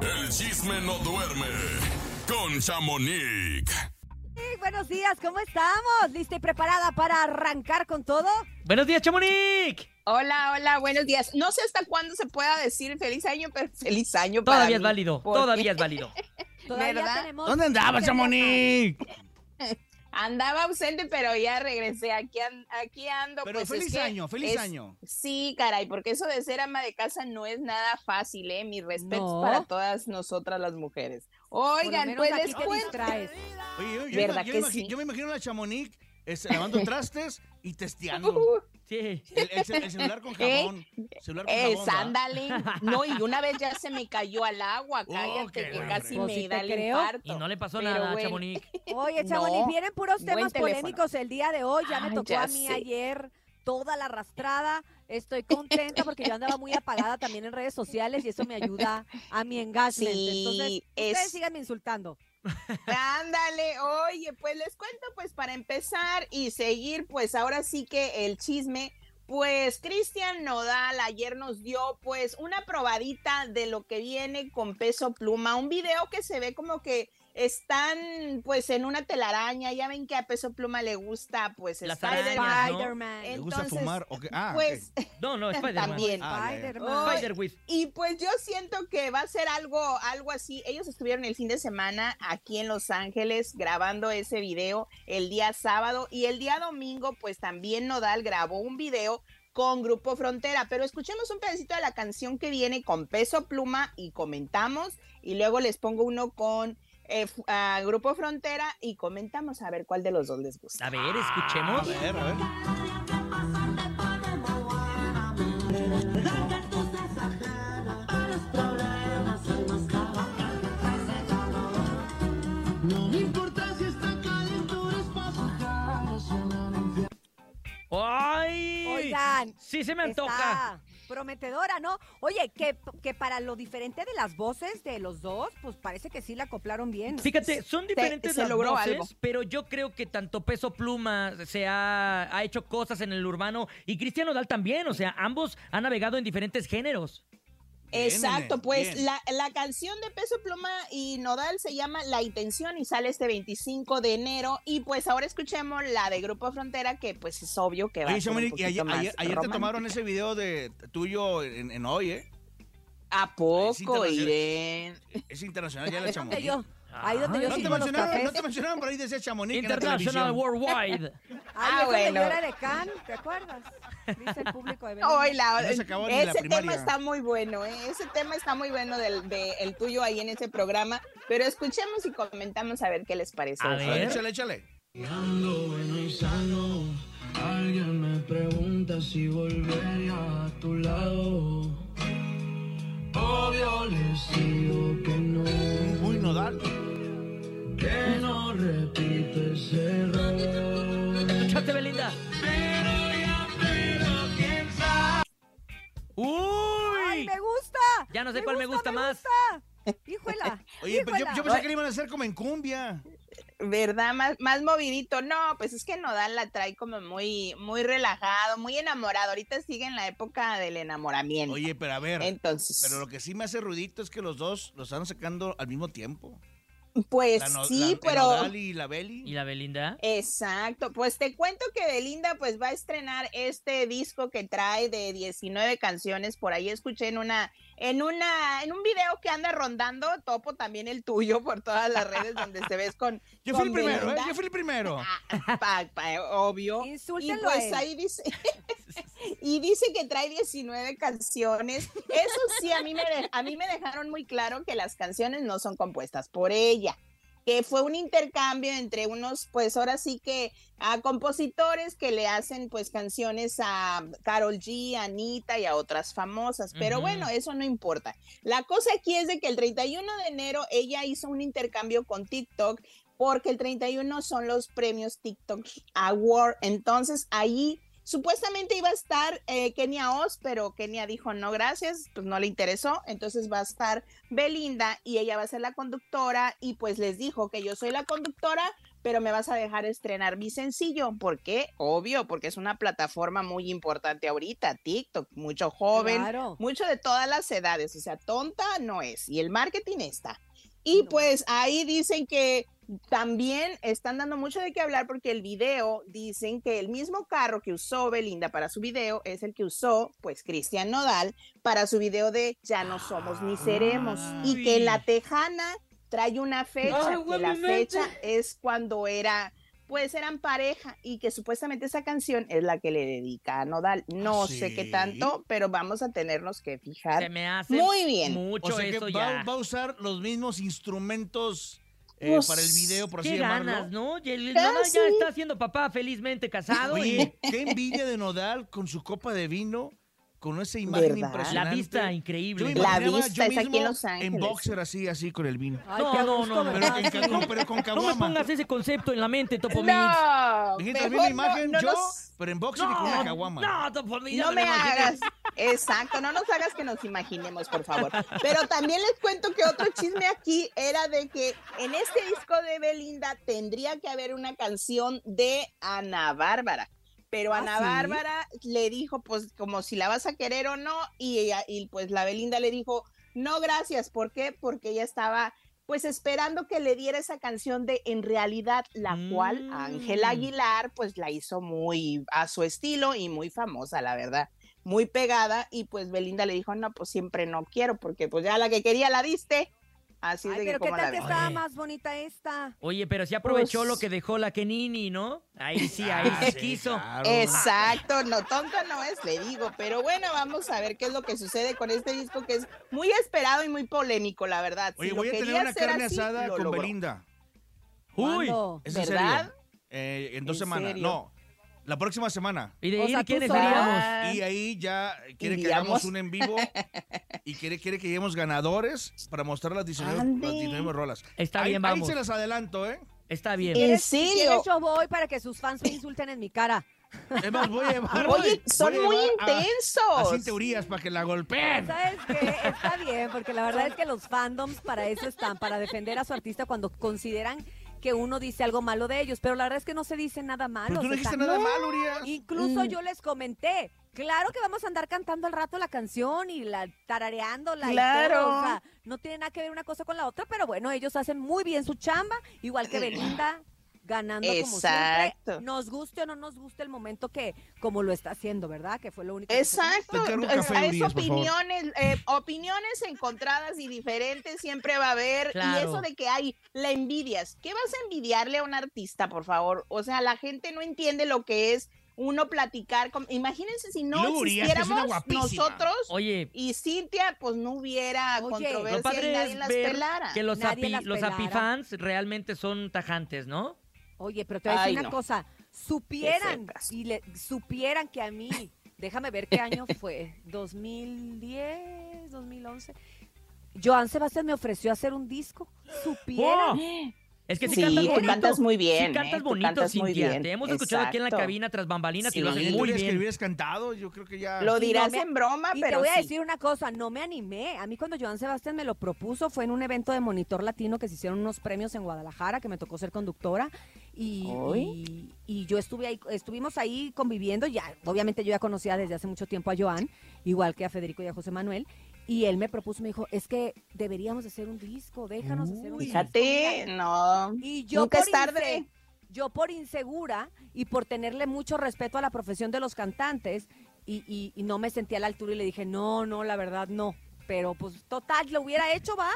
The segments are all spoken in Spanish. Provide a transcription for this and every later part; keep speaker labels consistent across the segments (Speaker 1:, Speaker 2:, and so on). Speaker 1: El chisme no duerme con Chamonix.
Speaker 2: Sí, buenos días, ¿cómo estamos? ¿Lista y preparada para arrancar con todo?
Speaker 3: Buenos días, Chamonix.
Speaker 4: Hola, hola, buenos días. No sé hasta cuándo se pueda decir feliz año, pero feliz año para
Speaker 3: Todavía es
Speaker 4: mí,
Speaker 3: válido,
Speaker 4: porque
Speaker 3: todavía es válido.
Speaker 2: Todavía
Speaker 4: ¿Verdad?
Speaker 2: tenemos...
Speaker 5: ¿Dónde andaba, Chamonix?
Speaker 4: Andaba ausente, pero ya regresé. Aquí, an- aquí ando.
Speaker 5: Pero
Speaker 4: pues,
Speaker 5: feliz
Speaker 4: es que
Speaker 5: año, feliz
Speaker 4: es-
Speaker 5: año.
Speaker 4: Sí, caray, porque eso de ser ama de casa no es nada fácil, ¿eh? Mis respetos
Speaker 2: No.
Speaker 4: para todas nosotras las mujeres.
Speaker 2: Por lo
Speaker 4: Oigan,
Speaker 2: menos
Speaker 4: pues
Speaker 2: a ti
Speaker 4: les
Speaker 2: te
Speaker 4: cuento.
Speaker 2: distraes.
Speaker 5: Oye, yo, yo,
Speaker 4: ¿Verdad
Speaker 5: yo
Speaker 4: que
Speaker 5: imagi-
Speaker 4: sí?
Speaker 5: yo me imagino a la Chamonix este, lavando trastes y testeando.
Speaker 4: Uh,
Speaker 3: Sí.
Speaker 5: El, el ce- el celular con
Speaker 4: ¿Eh?
Speaker 5: jabón. Celular con
Speaker 4: Es,
Speaker 5: jabón, ¿verdad?
Speaker 4: ándale. No, y una vez ya se me cayó al agua,
Speaker 5: Oh,
Speaker 4: cállate,
Speaker 5: qué
Speaker 4: que
Speaker 5: la
Speaker 4: casi
Speaker 2: fregada. Pues,
Speaker 4: me
Speaker 2: sí
Speaker 4: da
Speaker 2: te
Speaker 4: el
Speaker 2: creo.
Speaker 4: infarto.
Speaker 3: Y no le pasó
Speaker 4: Pero
Speaker 3: nada,
Speaker 4: bueno.
Speaker 3: Chamonix.
Speaker 2: Oye,
Speaker 4: No,
Speaker 2: Chamonix, vienen puros
Speaker 4: buen
Speaker 2: temas
Speaker 4: teléfono.
Speaker 2: polémicos el día de hoy. Ya me
Speaker 4: Ay,
Speaker 2: tocó
Speaker 4: ya
Speaker 2: a mí
Speaker 4: sé.
Speaker 2: ayer toda la arrastrada. Estoy contenta porque yo andaba muy apagada también en redes sociales y eso me ayuda a mi engagement. Entonces,
Speaker 4: Sí,
Speaker 2: ustedes
Speaker 4: es.
Speaker 2: síganme insultando.
Speaker 4: Ándale, oye, pues les cuento, pues para empezar y seguir, pues ahora sí que el chisme, pues Cristian Nodal ayer nos dio pues una probadita de lo que viene con peso pluma, un video que se ve como que están pues en una telaraña, ya ven que a peso pluma le gusta pues
Speaker 3: Las
Speaker 4: Spider-Man.
Speaker 3: arañas, ¿no?
Speaker 2: Spider-Man.
Speaker 5: ¿Le
Speaker 4: Eh,
Speaker 5: gusta
Speaker 4: entonces,
Speaker 5: fumar? o qué? Ah, ok.
Speaker 4: Pues
Speaker 3: No, no, Spider-Man.
Speaker 4: también.
Speaker 5: Ah, ya, ya.
Speaker 2: Spider-Man.
Speaker 4: Ay,
Speaker 3: Spider-With.
Speaker 4: Y pues yo siento que va a ser algo, algo así. Ellos estuvieron el fin de semana aquí en Los Ángeles grabando ese video el día sábado y el día domingo pues también Nodal grabó un video con Grupo Frontera, pero escuchemos un pedacito de la canción que viene con Peso Pluma y comentamos y luego les pongo uno con eh, fu- ah, Grupo Frontera y comentamos a ver cuál de los dos les gusta.
Speaker 3: A ver,
Speaker 5: A
Speaker 3: escuchemos.
Speaker 5: ver, a ver.
Speaker 3: ¡Ay!
Speaker 2: Oigan,
Speaker 3: Sí se me
Speaker 2: Está
Speaker 3: antoja.
Speaker 2: prometedora, ¿no? Oye, que, que para lo diferente de las voces de los dos, pues parece que sí la acoplaron bien.
Speaker 3: Fíjate, son diferentes
Speaker 4: se
Speaker 3: las
Speaker 4: logró
Speaker 3: voces,
Speaker 4: algo.
Speaker 3: pero yo creo que tanto Peso Pluma se ha, ha hecho cosas en el urbano y Cristiano Dal también, o sea, ambos han navegado en diferentes géneros.
Speaker 5: Bien,
Speaker 4: Exacto,
Speaker 5: nene,
Speaker 4: pues
Speaker 5: bien.
Speaker 4: la, la canción de Peso Pluma y Nodal se llama La Intención y sale este 25 de enero y pues ahora escuchemos la de Grupo Frontera que pues es obvio que va
Speaker 5: Oye,
Speaker 4: a ser un
Speaker 5: Chamonix, y
Speaker 4: poquito
Speaker 5: ayer,
Speaker 4: más
Speaker 5: ayer- ayer te
Speaker 4: romántica.
Speaker 5: tomaron ese video de tuyo en, en hoy, ¿eh?
Speaker 4: ¿A
Speaker 5: Sí,
Speaker 4: poco,
Speaker 5: internacional.
Speaker 4: Irene?
Speaker 5: Es internacional ya la
Speaker 2: Ahí donde
Speaker 5: Chamonix.
Speaker 2: yo, ahí donde yo
Speaker 5: Ah. No te
Speaker 2: sirvo los
Speaker 5: mencionaron, no
Speaker 2: cafés.
Speaker 5: te mencionaron, pero ahí decía Chamonix en la
Speaker 3: International
Speaker 5: televisión.
Speaker 3: Worldwide.
Speaker 2: Ahí
Speaker 4: Ah,
Speaker 2: es donde yo
Speaker 4: bueno.
Speaker 2: era de Can, ¿te acuerdas? Dice el público de Belinda.
Speaker 4: Hoy la-
Speaker 5: No se acabó ni la
Speaker 4: ese tema
Speaker 5: primaria.
Speaker 4: está muy bueno, ¿eh? ese tema está muy bueno del de, el tuyo ahí en ese programa, pero escuchemos y comentamos a ver qué les parece.
Speaker 3: A
Speaker 5: A ver,
Speaker 3: ver.
Speaker 5: Échale, échale.
Speaker 6: Ando bueno y sano. Alguien me pregunta si volvería a tu lado. Obvio les digo que no,
Speaker 5: Muy nodal.
Speaker 6: que no repite ese error.
Speaker 3: Escuchaste, Belinda.
Speaker 2: ¡Ay,
Speaker 3: ¡Uy!
Speaker 2: me gusta!
Speaker 3: Ya no sé cuál me gusta más.
Speaker 2: gusta. ¡Híjola!
Speaker 5: Oye, pero yo,
Speaker 2: híjola.
Speaker 5: yo pensé que le iban a hacer como en cumbia.
Speaker 4: ¿Verdad? Más, más movidito. No, pues es que Nodal la trae como muy, muy relajado, muy enamorado. Ahorita sigue en la época del enamoramiento.
Speaker 5: Oye, pero a ver.
Speaker 4: Entonces,
Speaker 5: Pero lo que sí me hace ruidito es que los dos los están sacando al mismo tiempo.
Speaker 4: pues
Speaker 5: La no- la-
Speaker 4: sí,
Speaker 5: el
Speaker 4: pero...
Speaker 5: Nodal y la Beli.
Speaker 3: ¿Y la Belinda?
Speaker 4: Exacto, pues te cuento que Belinda pues va a estrenar este disco que trae de 19 canciones, por ahí escuché en una en una en un video que anda rondando, topo también el tuyo por todas las redes donde te ves con
Speaker 5: Yo fui el
Speaker 4: con
Speaker 5: primero, ¿eh?
Speaker 4: Belinda.
Speaker 5: Yo fui el primero.
Speaker 4: Ah, pa- pa- obvio. Y
Speaker 2: Insúltenlo a
Speaker 4: pues
Speaker 2: él.
Speaker 4: ahí dice, y dice que trae 19 canciones. Eso sí, a mí, me de- a mí me dejaron muy claro que las canciones no son compuestas por ella, que fue un intercambio entre unos, pues ahora sí que a compositores que le hacen pues canciones a Carol G, a Anita y a otras famosas. Pero
Speaker 3: Ujú.
Speaker 4: bueno, eso no importa. La cosa aquí es de que el 31 de enero ella hizo un intercambio con TikTok porque el 31 son los premios TikTok Award. Entonces ahí supuestamente iba a estar eh, Kenia Oz, pero Kenia dijo no, gracias, pues no le interesó. Entonces va a estar Belinda y ella va a ser la conductora y pues les dijo que yo soy la conductora, pero me vas a dejar estrenar mi sencillo. ¿Por qué? Obvio, porque es una plataforma muy importante ahorita, TikTok, mucho joven,
Speaker 2: Claro.
Speaker 4: mucho de todas las edades, o sea, tonta no es, y el marketing está. Y pues ahí dicen que también están dando mucho de qué hablar porque el video dicen que el mismo carro que usó Belinda para su video es el que usó pues Cristian Nodal para su video de Ya no somos ni seremos y que en la Tejana trae una fecha
Speaker 3: Ay,
Speaker 4: que
Speaker 3: güey,
Speaker 4: la
Speaker 3: mi mente.
Speaker 4: fecha es cuando era pues eran pareja y que supuestamente esa canción es la que le dedica a Nodal. No sé qué
Speaker 5: sí?
Speaker 4: tanto, pero vamos a tenernos que fijar.
Speaker 3: Se me hace
Speaker 4: Muy bien.
Speaker 5: O
Speaker 3: mucho
Speaker 5: sea que
Speaker 3: eso
Speaker 5: va,
Speaker 3: ya.
Speaker 5: va a usar los mismos instrumentos eh,
Speaker 4: Pues,
Speaker 5: para el video, por así
Speaker 3: Qué
Speaker 5: llamarlo.
Speaker 3: ganas, ¿no? Y el- el Nodal ya
Speaker 4: Casi.
Speaker 3: está siendo papá felizmente
Speaker 4: Ah,
Speaker 3: casado.
Speaker 5: Oye,
Speaker 3: y
Speaker 5: qué envidia de Nodal con su copa de vino, con esa imagen
Speaker 4: ¿Verdad?
Speaker 5: impresionante.
Speaker 3: la vista
Speaker 5: Yo me
Speaker 3: increíble.
Speaker 4: La
Speaker 5: imaginaba yo
Speaker 4: vista es aquí en
Speaker 5: mismo
Speaker 4: Los Ángeles.
Speaker 5: boxer así, así con el vino.
Speaker 2: Ay,
Speaker 3: No,
Speaker 2: qué a
Speaker 3: no,
Speaker 2: gusto,
Speaker 3: no, no.
Speaker 5: Pero
Speaker 2: ¿verdad?
Speaker 5: con, ca- no, pero con
Speaker 3: Ah, No me
Speaker 5: caguama.
Speaker 3: pongas ese concepto en la mente, Topo Mix.
Speaker 4: No,
Speaker 5: Dije
Speaker 4: mejor
Speaker 5: también la imagen
Speaker 4: no, no
Speaker 5: yo,
Speaker 4: nos-
Speaker 5: pero en boxer y con una
Speaker 3: No,
Speaker 5: caguama.
Speaker 3: no, Topo Mix. ya
Speaker 4: no me
Speaker 3: lo imaginé.
Speaker 4: hagas. Exacto, no nos hagas que nos imaginemos, por favor. Pero también les cuento que otro chisme aquí era de que en este disco de Belinda tendría que haber una canción de Ana Bárbara. Pero
Speaker 2: ¿Ah,
Speaker 4: Ana
Speaker 2: sí?
Speaker 4: Bárbara le dijo, pues, como si la vas a querer o no, y ella, y pues la Belinda le dijo, no, gracias. ¿Por qué? Porque ella estaba, pues, esperando que le diera esa canción de En realidad, la cual
Speaker 3: Mm.
Speaker 4: Ángela Aguilar, pues, la hizo muy a su estilo y muy famosa, la verdad. Muy pegada. Y pues Belinda le dijo, no, pues siempre no quiero, porque pues ya la que quería la diste. Así es
Speaker 2: Ay,
Speaker 4: de que,
Speaker 2: pero qué
Speaker 4: ¿cómo la
Speaker 2: tal que
Speaker 4: ves?
Speaker 2: estaba
Speaker 3: Oye.
Speaker 2: más bonita esta.
Speaker 3: Oye, pero sí aprovechó
Speaker 4: Pues-
Speaker 3: lo que dejó la Kenini, ¿no? Ahí sí, ahí
Speaker 5: Ah,
Speaker 3: se
Speaker 5: sí,
Speaker 3: quiso.
Speaker 5: claro.
Speaker 4: Ah. Exacto, no, tonta no es, le digo, pero bueno, vamos a ver qué es lo que sucede con este disco que es muy esperado y muy polémico, la verdad. Si
Speaker 5: Oye,
Speaker 4: lo
Speaker 5: voy a tener
Speaker 4: quería
Speaker 5: una
Speaker 4: hacer
Speaker 5: carne
Speaker 4: así,
Speaker 5: asada
Speaker 4: lo
Speaker 5: con
Speaker 4: logró.
Speaker 5: Belinda.
Speaker 3: Uy.
Speaker 2: ¿Cuándo?
Speaker 5: Es en
Speaker 4: ¿Verdad?
Speaker 5: serio. Eh, en dos
Speaker 4: ¿En
Speaker 5: semanas.
Speaker 4: serio?
Speaker 5: No, la próxima semana.
Speaker 3: ¿Y de
Speaker 2: O
Speaker 3: ahí
Speaker 2: sea,
Speaker 3: de
Speaker 2: tú
Speaker 3: quiénes
Speaker 2: sola.
Speaker 3: seríamos?
Speaker 4: Ah,
Speaker 5: Y ahí ya quiere que
Speaker 4: Digamos.
Speaker 5: hagamos un en vivo y quiere, quiere que lleguemos ganadores para mostrar las 19,
Speaker 4: Ande.
Speaker 5: las 19 rolas.
Speaker 3: Está
Speaker 5: ahí,
Speaker 3: bien,
Speaker 5: ahí
Speaker 3: vamos.
Speaker 5: se las adelanto, ¿eh?
Speaker 3: Está bien.
Speaker 4: ¿En
Speaker 2: ¿Quieres- si
Speaker 4: serio?
Speaker 2: quieres, yo voy para que sus fans me insulten en mi cara.
Speaker 5: Es más, voy a llevar.
Speaker 4: Oye, son
Speaker 5: voy a
Speaker 4: muy
Speaker 5: llevar a- a sin
Speaker 4: intensos.
Speaker 5: teorías para que la golpeen.
Speaker 2: ¿Sabes qué? Está bien, porque la verdad es que los fandoms para eso están, para defender a su artista cuando consideran que uno dice algo malo de ellos, pero la verdad es que no se dice nada malo.
Speaker 5: Pero tú no
Speaker 2: se
Speaker 5: dijiste
Speaker 2: está-
Speaker 5: nada malo, Urias.
Speaker 2: Incluso
Speaker 4: Mm.
Speaker 2: yo les comenté, claro que vamos a andar cantando al rato la canción y la tarareándola y todo,
Speaker 4: Claro.
Speaker 2: o sea, no tiene nada que ver una cosa con la otra, pero bueno, ellos hacen muy bien su chamba, igual que Belinda ganando como siempre,
Speaker 4: Exacto.
Speaker 2: nos guste o no nos guste el momento que como lo está haciendo, ¿verdad? Que fue lo único. que se
Speaker 4: Exacto,
Speaker 5: Te encargo un
Speaker 4: es,
Speaker 5: café,
Speaker 4: es
Speaker 5: Urias, por favor.
Speaker 4: opiniones, eh, opiniones encontradas y diferentes siempre va a haber. Y
Speaker 3: Claro.
Speaker 4: eso de que hay, la envidias. ¿Qué vas a envidiarle a un artista, por favor? O sea, la gente no entiende lo que es uno platicar. con- Imagínense si no
Speaker 5: Luego Urias, que es una
Speaker 4: existiéramos
Speaker 5: guapísima.
Speaker 4: nosotros
Speaker 3: Oye,
Speaker 4: y Cintia, pues no hubiera
Speaker 2: Oye,
Speaker 3: lo
Speaker 4: controversia y
Speaker 3: padre
Speaker 4: nadie
Speaker 3: es
Speaker 4: las
Speaker 3: ver
Speaker 4: pelara.
Speaker 3: que los,
Speaker 2: Nadie
Speaker 3: api,
Speaker 2: las
Speaker 3: los
Speaker 2: pelara.
Speaker 3: apifans realmente son tajantes, ¿no?
Speaker 2: Oye, pero te voy a decir
Speaker 4: Ay,
Speaker 2: una
Speaker 4: no.
Speaker 2: cosa. Supieran,
Speaker 4: sepas.
Speaker 2: y le, supieran que a mí, déjame ver qué año fue, 2010, 2011. Joan Sebastián me ofreció hacer un disco. Supieran.
Speaker 3: ¡Oh! Es que si
Speaker 4: Sí,
Speaker 3: cantas
Speaker 4: tú
Speaker 3: bonito.
Speaker 4: cantas muy bien,
Speaker 3: Sí
Speaker 4: ¿eh?
Speaker 3: cantas
Speaker 4: Tú
Speaker 3: bonito,
Speaker 4: cantas muy
Speaker 3: Cintia.
Speaker 4: bien.
Speaker 3: Te hemos escuchado aquí en la
Speaker 4: Exacto.
Speaker 3: cabina tras bambalinas y lo
Speaker 4: Sí.
Speaker 3: haces
Speaker 5: Imagínate,
Speaker 3: muy
Speaker 5: Urias, que
Speaker 3: bien.
Speaker 5: hubieras cantado, yo creo que ya.
Speaker 4: Lo
Speaker 2: Y no
Speaker 4: dirás
Speaker 2: me-
Speaker 4: en broma,
Speaker 2: Y te
Speaker 4: pero
Speaker 2: voy a
Speaker 4: sí.
Speaker 2: decir una cosa, no me animé. A mí cuando Joan Sebastián me lo propuso fue en un evento de Monitor Latino que se hicieron unos premios en Guadalajara, que me tocó ser conductora. Y,
Speaker 4: Ay.
Speaker 2: y- y yo estuve ahí, estuvimos ahí conviviendo. Ya, obviamente yo ya conocía desde hace mucho tiempo a Joan, igual que a Federico y a José Manuel. Y él me propuso, me dijo, es que deberíamos hacer un disco, déjanos hacer un
Speaker 3: Uy.
Speaker 2: disco.
Speaker 4: Fíjate,
Speaker 2: mira".
Speaker 4: no.
Speaker 2: Y yo
Speaker 4: Nunca
Speaker 2: por
Speaker 4: es tarde.
Speaker 2: inse- yo por insegura y por tenerle mucho respeto a la profesión de los cantantes y, y- y no me sentía a la altura y le dije, no, no, la verdad no. Pero pues total, lo hubiera hecho, va.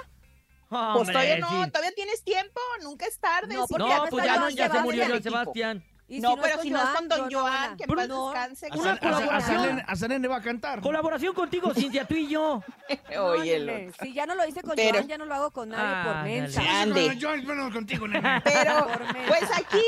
Speaker 4: Pues
Speaker 3: Hombre,
Speaker 4: todavía no,
Speaker 3: sí.
Speaker 4: todavía tienes tiempo, nunca es tarde.
Speaker 2: No,
Speaker 4: sí,
Speaker 2: porque
Speaker 3: No,
Speaker 2: ya no
Speaker 3: pues
Speaker 2: está
Speaker 3: ya,
Speaker 2: Joan
Speaker 3: no, ya se
Speaker 2: Sebastián.
Speaker 3: murió Joan
Speaker 4: el equipo.
Speaker 3: Sebastián.
Speaker 2: Y si
Speaker 4: no, pero
Speaker 2: es
Speaker 4: si no es con Don
Speaker 2: yo no hago
Speaker 4: Joan,
Speaker 2: nada.
Speaker 4: que en
Speaker 3: Pero
Speaker 4: paz
Speaker 2: no.
Speaker 4: descanse.
Speaker 5: Hasta- hasta-
Speaker 3: colaboración.
Speaker 5: hasta Nene- Hasta Nene va a cantar.
Speaker 3: Colaboración contigo, Cintia, tú y yo.
Speaker 4: Oye, el
Speaker 2: Óyeme,
Speaker 4: otro.
Speaker 2: si ya no lo hice con
Speaker 4: Pero-
Speaker 2: Joan, ya no lo hago con nadie
Speaker 3: Ah,
Speaker 2: por mensa.
Speaker 4: dale.
Speaker 5: Bueno,
Speaker 4: Ande.
Speaker 5: yo bueno, contigo, Nene.
Speaker 4: Pero,
Speaker 2: Por mensa.
Speaker 4: pues aquí,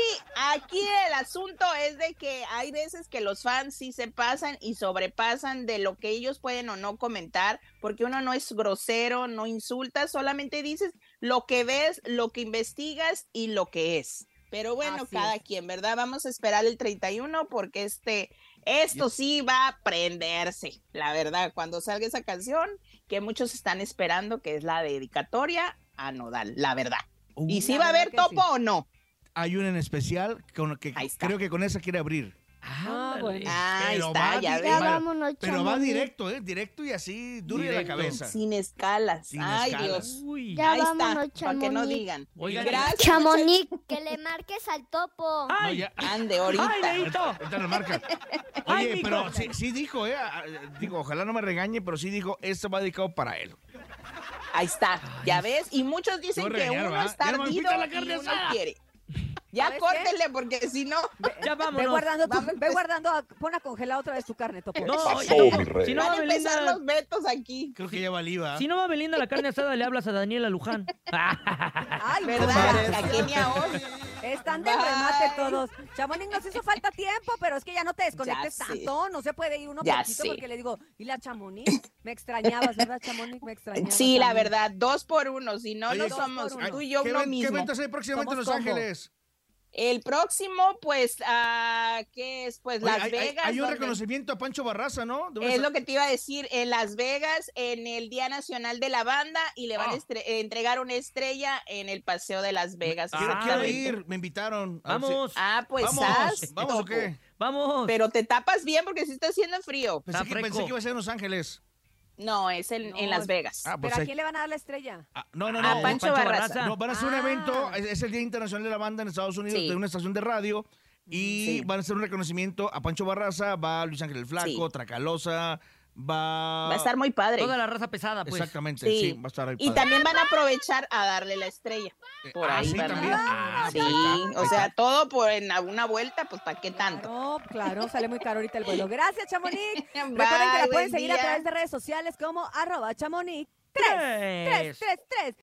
Speaker 4: aquí el asunto es de que hay veces que los fans sí se pasan y sobrepasan de lo que ellos pueden o no comentar, porque uno no es grosero, no insulta, solamente dices lo que ves, lo que investigas y lo que es. Pero bueno,
Speaker 2: Así
Speaker 4: cada
Speaker 2: es.
Speaker 4: quien, ¿verdad? Vamos a esperar el 31 porque este, esto sí va a prenderse, la verdad. Cuando salga esa canción, que muchos están esperando, que es la dedicatoria a Nodal, la verdad.
Speaker 5: Uh,
Speaker 4: ¿Y si
Speaker 2: la
Speaker 4: va a
Speaker 2: verdad
Speaker 4: haber
Speaker 2: que sí.
Speaker 4: topo o no?
Speaker 5: hay una en especial con que
Speaker 4: Ahí está.
Speaker 5: creo que con esa quiere abrir.
Speaker 2: Ah,
Speaker 3: Ándale.
Speaker 2: bueno.
Speaker 4: Ahí
Speaker 5: Este, Pero
Speaker 4: está,
Speaker 5: va
Speaker 4: ya
Speaker 5: directo.
Speaker 4: ves.
Speaker 7: Ya vámonos,
Speaker 5: Pero va
Speaker 7: Chamonix.
Speaker 5: directo, ¿eh? Directo y así, duro y a la
Speaker 3: Directo.
Speaker 5: cabeza.
Speaker 4: Sin escalas.
Speaker 5: Sin
Speaker 4: Ay,
Speaker 5: escalas.
Speaker 4: Dios.
Speaker 3: Uy.
Speaker 7: Ya
Speaker 4: Ahí está,
Speaker 7: vámonos,
Speaker 4: para que no
Speaker 7: Chamonix.
Speaker 4: digan.
Speaker 3: Oigan,
Speaker 4: Gracias.
Speaker 7: Chamonix, que le marques al topo.
Speaker 5: No,
Speaker 3: ¡Ay!
Speaker 5: ya-
Speaker 4: Ande,
Speaker 3: ¡Ay,
Speaker 4: ahorita.
Speaker 3: Leito!
Speaker 5: Ahorita nos marca.
Speaker 3: Ay,
Speaker 5: Oye,
Speaker 3: mi
Speaker 5: pero
Speaker 3: compa.
Speaker 5: sí, sí dijo, ¿eh? Ah, ah, Digo, ojalá no me regañe, pero sí dijo, esto va dedicado para él.
Speaker 4: Ahí está, ya ves. Y muchos dicen
Speaker 5: Te voy a
Speaker 4: que
Speaker 5: regañar,
Speaker 4: uno
Speaker 5: ¿va?
Speaker 4: está
Speaker 5: Ya no me
Speaker 4: ardido
Speaker 5: invitan a la
Speaker 4: y
Speaker 5: carne
Speaker 4: uno
Speaker 5: asada.
Speaker 4: quiere. Ya
Speaker 2: ¿Sabes qué?
Speaker 4: córtenle porque si no,
Speaker 2: Ve
Speaker 3: Ya vámonos.
Speaker 2: guardando, tu-
Speaker 4: Vamos,
Speaker 2: ve
Speaker 4: pues.
Speaker 2: guardando, a- pon a congelar otra vez tu carne, Topo.
Speaker 3: No,
Speaker 1: Pasó,
Speaker 3: oye, no,
Speaker 1: mi rey.
Speaker 3: si no
Speaker 4: van
Speaker 3: va
Speaker 4: a empezar
Speaker 3: Belinda,
Speaker 4: los vetos aquí.
Speaker 5: Creo que ya valía.
Speaker 3: si no va Belinda a la carne asada, le hablas a Daniela Luján.
Speaker 2: Ay,
Speaker 4: ¿Verdad? ¿A quién y a hoy?
Speaker 2: Están de
Speaker 4: Bye.
Speaker 2: remate todos. Chamonix, nos hizo falta tiempo, pero es que ya no te desconectes
Speaker 4: Ya sé.
Speaker 2: tanto. No se puede ir uno
Speaker 4: Ya
Speaker 2: poquito
Speaker 4: sé.
Speaker 2: porque le digo, ¿y la Chamonix? Me extrañabas, ¿verdad, Chamonix? Me extrañabas.
Speaker 4: Sí, la
Speaker 2: también.
Speaker 4: verdad, dos por uno, si no,
Speaker 5: Oye,
Speaker 4: no
Speaker 5: dos
Speaker 4: somos
Speaker 2: por uno.
Speaker 4: tú y yo
Speaker 5: ¿Qué,
Speaker 4: uno
Speaker 5: ven- qué
Speaker 4: mismo.
Speaker 5: eventos hay próximamente en Los
Speaker 2: Somos combo.
Speaker 5: Ángeles?
Speaker 4: El próximo, pues, ah, ¿qué es? Pues
Speaker 5: Oye,
Speaker 4: Las
Speaker 5: hay, hay-
Speaker 4: Vegas.
Speaker 5: hay un
Speaker 4: donde-
Speaker 5: reconocimiento a Pancho Barraza, ¿no? Debe
Speaker 4: Es
Speaker 5: ser-
Speaker 4: lo que te iba a decir, en Las Vegas, en el Día Nacional de la Banda, y le van a
Speaker 3: Ah.
Speaker 4: estre- eh, entregar una estrella en el Paseo de Las Vegas.
Speaker 5: Quiero,
Speaker 3: Ah,
Speaker 5: quiero
Speaker 4: exactamente.
Speaker 5: ir, me invitaron. A ver si-
Speaker 3: Vamos,
Speaker 4: Ah, pues,
Speaker 5: vamos,
Speaker 4: sas,
Speaker 5: vamos o
Speaker 4: topo.
Speaker 5: qué?
Speaker 3: vamos.
Speaker 4: Pero te tapas bien porque sí está haciendo frío.
Speaker 5: Pensé
Speaker 3: Está
Speaker 5: que, pensé
Speaker 3: fresco.
Speaker 5: que iba a ser en Los Ángeles.
Speaker 4: No, es en, en
Speaker 2: No,
Speaker 4: Las
Speaker 2: es-
Speaker 4: Vegas.
Speaker 5: Ah, pues
Speaker 2: ¿Pero a
Speaker 5: hay-
Speaker 2: quién le van a dar la estrella?
Speaker 5: Ah, no, no, no.
Speaker 4: a Pancho Barraza.
Speaker 5: No, van a hacer un
Speaker 2: Ah.
Speaker 5: evento, es, es el Día Internacional de la Banda en Estados Unidos,
Speaker 4: Sí. Mm,
Speaker 5: de una estación de radio, y
Speaker 4: Sí.
Speaker 5: van a hacer un reconocimiento a Pancho Barraza, va Luis Ángel el Flaco,
Speaker 4: Sí.
Speaker 5: Tracalosa, va...
Speaker 4: Va a estar muy padre.
Speaker 3: Toda la raza pesada, pues.
Speaker 5: Exactamente, Ah. sí.
Speaker 4: Sí.
Speaker 5: va a estar ahí.
Speaker 4: Y
Speaker 5: padre.
Speaker 4: también van a aprovechar a darle la estrella.
Speaker 5: Eh,
Speaker 4: por
Speaker 5: ah,
Speaker 4: ahí
Speaker 5: sí,
Speaker 4: van a-
Speaker 5: también. Ah,
Speaker 4: sí,
Speaker 5: pues ahí está, ahí
Speaker 4: o sea,
Speaker 5: está.
Speaker 4: todo por en una vuelta, pues ¿para qué tanto?
Speaker 2: No, claro, sale muy caro ahorita el vuelo. Gracias, Chamonix.
Speaker 4: Bye,
Speaker 2: Recuerden que la
Speaker 4: buen
Speaker 2: pueden seguir a
Speaker 4: día.
Speaker 2: través de redes sociales como arroba chamonix.
Speaker 3: Tres.
Speaker 2: Tres, tres, tres.